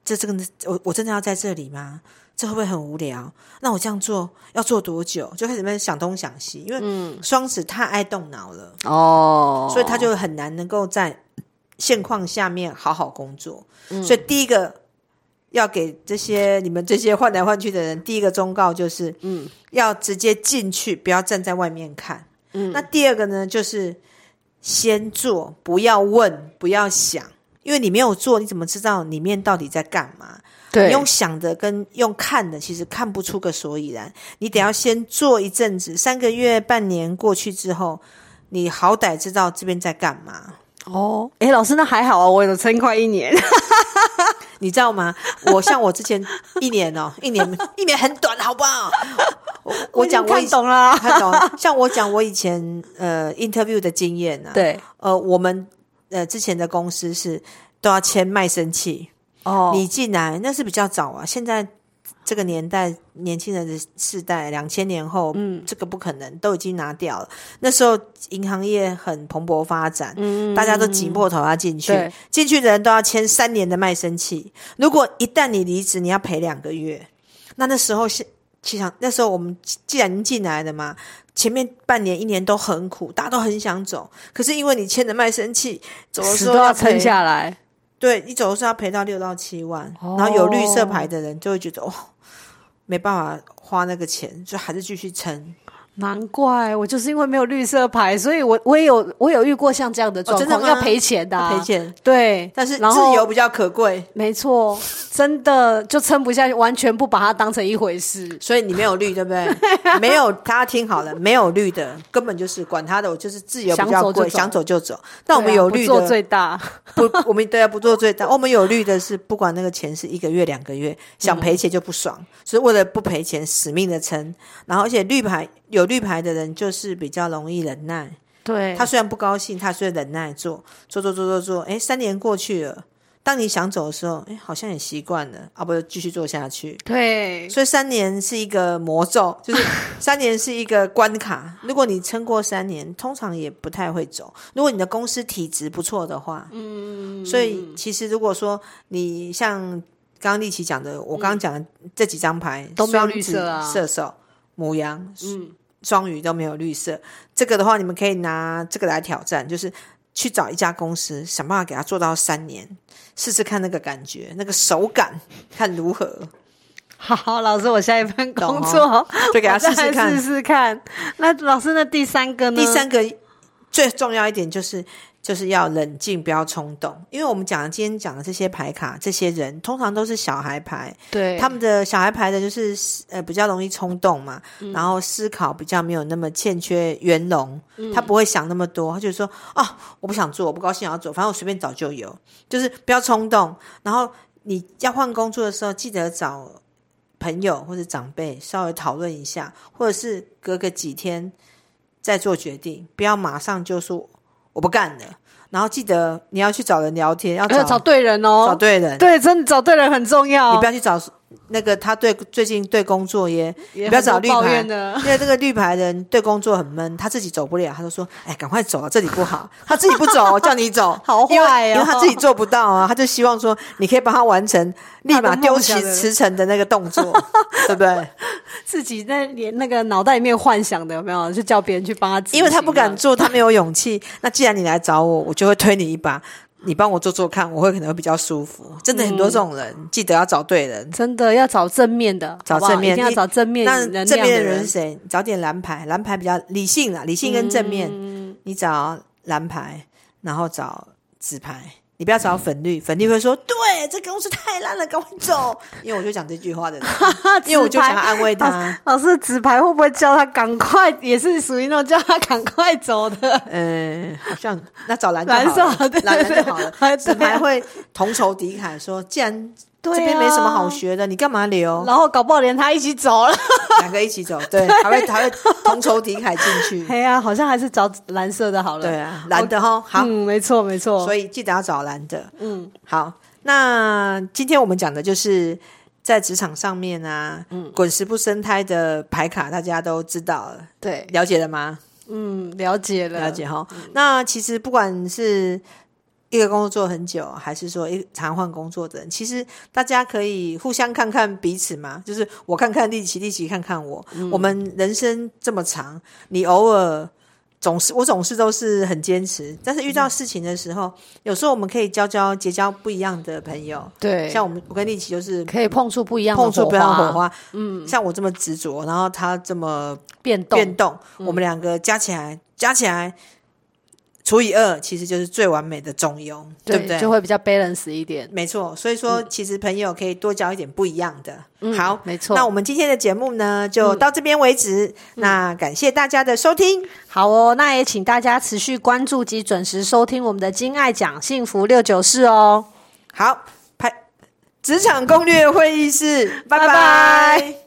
[SPEAKER 1] 这这个我我真的要在这里吗？这会不会很无聊？那我这样做要做多久？就开始在那边想东想西，因
[SPEAKER 2] 嗯
[SPEAKER 1] 为双子太爱动脑了，
[SPEAKER 2] 哦，
[SPEAKER 1] 所以他就很难能够在现况下面好好工作。所以第一个要给这些你们这些换来换去的人，第一个忠告就是，嗯，要直接进去，不要站在外面看。嗯，那第二个呢，就是先做，不要问，不要想，因为你没有做，你怎么知道里面到底在干嘛？
[SPEAKER 2] 对
[SPEAKER 1] 你用想的跟用看的，其实看不出个所以然。你得要先做一阵子，三个月、半年过去之后，你好歹知道这边在干嘛，
[SPEAKER 2] 哦，哎，老师那还好啊，我有撑快一 <laughs> 年，
[SPEAKER 1] 你知道吗？我像我之前一年哦， <laughs> 一年一年很短，好不好？我
[SPEAKER 2] <laughs>
[SPEAKER 1] 我讲我
[SPEAKER 2] 已
[SPEAKER 1] 以
[SPEAKER 2] 经看懂了，
[SPEAKER 1] 看懂，像我讲我以前呃 interview 的经验呢、啊，，
[SPEAKER 2] 对，
[SPEAKER 1] 呃，我们呃之前的公司是都要签卖身契，
[SPEAKER 2] 哦，
[SPEAKER 1] 你进来那是比较早啊，现在这个年代年轻人的世代，两千年后，嗯，这个不可能，都已经拿掉了。那时候银行业很蓬勃发展，嗯，大家都挤破头要进去
[SPEAKER 2] 对，
[SPEAKER 1] 进去的人都要签三年的卖身契。如果一旦你离职，你要赔两个月。那那时候是。其实那时候我们既既然已经进来了嘛，前面半年一年都很苦，大家都很想走，可是因为你签了卖身契，走的
[SPEAKER 2] 死
[SPEAKER 1] 时
[SPEAKER 2] 都
[SPEAKER 1] 候
[SPEAKER 2] 要
[SPEAKER 1] 赔
[SPEAKER 2] 撑下来，
[SPEAKER 1] 对，你走的时候要赔到六到七万，
[SPEAKER 2] 哦
[SPEAKER 1] 然后有绿色牌的人就会觉得哦，没办法花那个钱，就还是继续撑。
[SPEAKER 2] 难怪我就是因为没有绿色牌，所以我我也有我有遇过像这哦样的状
[SPEAKER 1] 真的
[SPEAKER 2] 况，
[SPEAKER 1] 吗
[SPEAKER 2] 要赔钱的啊、
[SPEAKER 1] 要赔钱，
[SPEAKER 2] 对，
[SPEAKER 1] 但是
[SPEAKER 2] 然
[SPEAKER 1] 自
[SPEAKER 2] 后
[SPEAKER 1] 由比较可贵，
[SPEAKER 2] 没错，真的就撑不下去，完全不把它当成一回事。
[SPEAKER 1] 所以你没有绿，对不
[SPEAKER 2] <laughs>
[SPEAKER 1] 对？没有，大家听好了，没有绿的根本就是管他的，我就是自由比较贵，想
[SPEAKER 2] 想
[SPEAKER 1] 走就走。但我们
[SPEAKER 2] 对啊
[SPEAKER 1] 有
[SPEAKER 2] 不
[SPEAKER 1] 绿
[SPEAKER 2] 做
[SPEAKER 1] 的，
[SPEAKER 2] 最
[SPEAKER 1] <laughs>
[SPEAKER 2] 大，
[SPEAKER 1] 不，我们对啊，不做最大。我们有绿的是不管那个钱是一个月、两个月，
[SPEAKER 2] 嗯
[SPEAKER 1] 想赔钱就不爽，所以为了不赔钱，死命的撑。然后而且绿牌有绿牌的人就是比较容易忍耐。
[SPEAKER 2] 对
[SPEAKER 1] 他虽然不高兴，他虽然忍耐做做做做做做，哎，三年过去了，当你想走的时候，哎，好像也习惯了，啊，不就继续做下去。
[SPEAKER 2] 对
[SPEAKER 1] 所以三年是一个魔
[SPEAKER 2] <laughs>
[SPEAKER 1] 咒，就是三年是一个关卡。如果你撑过三年，通常也不太会走。如果你的公司体质不错的话，嗯，所以其实如果说你像刚刚丽琪讲的，我刚刚讲的这几张牌
[SPEAKER 2] 都没有
[SPEAKER 1] 双
[SPEAKER 2] 绿
[SPEAKER 1] 子
[SPEAKER 2] 色啊
[SPEAKER 1] 射手、母羊，嗯，双鱼都没有绿色。这个的话，你们可以拿这个来挑战，就是去找一家公司，想办法给他做到三年，试试看那个感觉，那个手感，看如何。
[SPEAKER 2] 好，老师，我下一份
[SPEAKER 1] 懂
[SPEAKER 2] 工
[SPEAKER 1] 哦
[SPEAKER 2] 作 <laughs>
[SPEAKER 1] 就给他
[SPEAKER 2] 我
[SPEAKER 1] 试
[SPEAKER 2] 再
[SPEAKER 1] 试看
[SPEAKER 2] 试试看。那老师，那第三个呢？
[SPEAKER 1] 第三个最重要一点就是，就是要冷静，不要冲动。因为我们讲的今天讲的这些牌卡，这些人通常都是小孩牌，
[SPEAKER 2] 对
[SPEAKER 1] 他们的小孩牌的就是呃比较容易冲动嘛，然后思考比较没有那么欠缺圆融，他不会想那么多，他就说啊，我不想做，我不高兴要做，反正我随便找就有，就是不要冲动。然后你要换工作的时候，记得找朋友或者长辈稍微讨论一下，或者是隔个几天再做决定，不要马上就说我不干了。然后记得你要去找人聊天，要
[SPEAKER 2] 要
[SPEAKER 1] 找
[SPEAKER 2] 呃找对人
[SPEAKER 1] 找
[SPEAKER 2] 哦，
[SPEAKER 1] 对人，
[SPEAKER 2] 对，真的找对人很重要。
[SPEAKER 1] 你不要去找那个他对最近对工作也，你
[SPEAKER 2] 也
[SPEAKER 1] 不要
[SPEAKER 2] 很
[SPEAKER 1] 找
[SPEAKER 2] 多
[SPEAKER 1] 绿
[SPEAKER 2] 抱
[SPEAKER 1] 牌
[SPEAKER 2] 怨的，
[SPEAKER 1] 因为这个绿牌人对工作很闷，他自己走不了，他就说：“哎，赶快走啊，这里不好。”他自己不走，叫你走，
[SPEAKER 2] <laughs> 好
[SPEAKER 1] 因为
[SPEAKER 2] 坏哦
[SPEAKER 1] 因为他自己做不到啊，他就希望说你可以帮他完成立
[SPEAKER 2] 他的
[SPEAKER 1] 马
[SPEAKER 2] 梦
[SPEAKER 1] 丢
[SPEAKER 2] <laughs> 想
[SPEAKER 1] 弃
[SPEAKER 2] 的
[SPEAKER 1] 辞呈的那个动作，对不
[SPEAKER 2] <laughs> 啊
[SPEAKER 1] 对？
[SPEAKER 2] <laughs> 自己在连那个脑袋里面幻想的有没有？就叫别人去帮他执行，
[SPEAKER 1] 因为他不敢做，他没有勇气。那既然你来找我，我就会推你一把，你帮我做做看，我会可能会比较舒服。真的很
[SPEAKER 2] 嗯
[SPEAKER 1] 多这种人，记得要找对人。
[SPEAKER 2] 真的要找正面的，
[SPEAKER 1] 找
[SPEAKER 2] 好不好
[SPEAKER 1] 正面
[SPEAKER 2] 一定要找正面能
[SPEAKER 1] 那
[SPEAKER 2] 量
[SPEAKER 1] 正
[SPEAKER 2] 的
[SPEAKER 1] 面的人
[SPEAKER 2] 人
[SPEAKER 1] 是。谁？找点蓝牌，蓝牌比较理性啦，理性跟正面，
[SPEAKER 2] 嗯
[SPEAKER 1] 你找蓝牌，然后找紫牌。你不要找粉绿，粉绿会说：“对，这公司太烂了，赶快走。”因为我就讲这句话
[SPEAKER 2] <laughs>
[SPEAKER 1] 的人，因为我就想要安慰他。
[SPEAKER 2] 老师，纸牌会不会叫他赶快？也是属于那种叫他赶快走的。
[SPEAKER 1] 嗯，好像那找蓝就
[SPEAKER 2] 蓝
[SPEAKER 1] 好
[SPEAKER 2] 色
[SPEAKER 1] 了
[SPEAKER 2] 对
[SPEAKER 1] 蓝蓝
[SPEAKER 2] 对
[SPEAKER 1] 就好
[SPEAKER 2] 对
[SPEAKER 1] 了。
[SPEAKER 2] 啊
[SPEAKER 1] 紫牌会同仇敌忾，说：“既然这
[SPEAKER 2] 对
[SPEAKER 1] 边
[SPEAKER 2] 啊
[SPEAKER 1] 没什么好学的，你干嘛留？
[SPEAKER 2] 然后搞不好连他一起走了。 <laughs>
[SPEAKER 1] 两个一起走，对，还会还会同仇敌忾进
[SPEAKER 2] <laughs>
[SPEAKER 1] 去。
[SPEAKER 2] 哎呀，好像还是找蓝色的好”了。
[SPEAKER 1] 对啊，蓝的哈，好，
[SPEAKER 2] 嗯，没错没错。
[SPEAKER 1] 所以记得要找蓝的。哦嗯，好，那今天我们讲的就是在职场上面啊，嗯，滚石不生胎的牌卡，大家都知道了，
[SPEAKER 2] 对，
[SPEAKER 1] 了解了吗？
[SPEAKER 2] 嗯，了解了，
[SPEAKER 1] 了解哈。那其实不管是。一个工作做很久，还是说一常换工作的人，其实大家可以互相看看彼此嘛。就是我看看丽奇，丽奇看看我。我们人生这么长，你偶尔总是我总是都是很坚持，但是遇到事情的时候，有时候我们可以交交结交不一样的朋友。
[SPEAKER 2] 对
[SPEAKER 1] 像我们，我跟丽奇就是
[SPEAKER 2] 可以碰触不一样的
[SPEAKER 1] 碰触不一样的火
[SPEAKER 2] 花，
[SPEAKER 1] 花。嗯，像我这么执着，然后他这么
[SPEAKER 2] 变动，嗯
[SPEAKER 1] 变动，我们两个加起来加起来除以二，其实就是最完美的中庸，对不对？
[SPEAKER 2] 就会比较 balance 一点。
[SPEAKER 1] 没错，所以说其实朋友可以多交一点不一样的。好，
[SPEAKER 2] 嗯没错嗯
[SPEAKER 1] 那我们今天的节目呢，就到这边为止。那感谢大家的收听，
[SPEAKER 2] 好哦，那也请大家持续关注及准时收听我们的《金爱讲幸福六九四》哦。
[SPEAKER 1] 好，拍职场攻略会议室，拜
[SPEAKER 2] 拜
[SPEAKER 1] 拜
[SPEAKER 2] 拜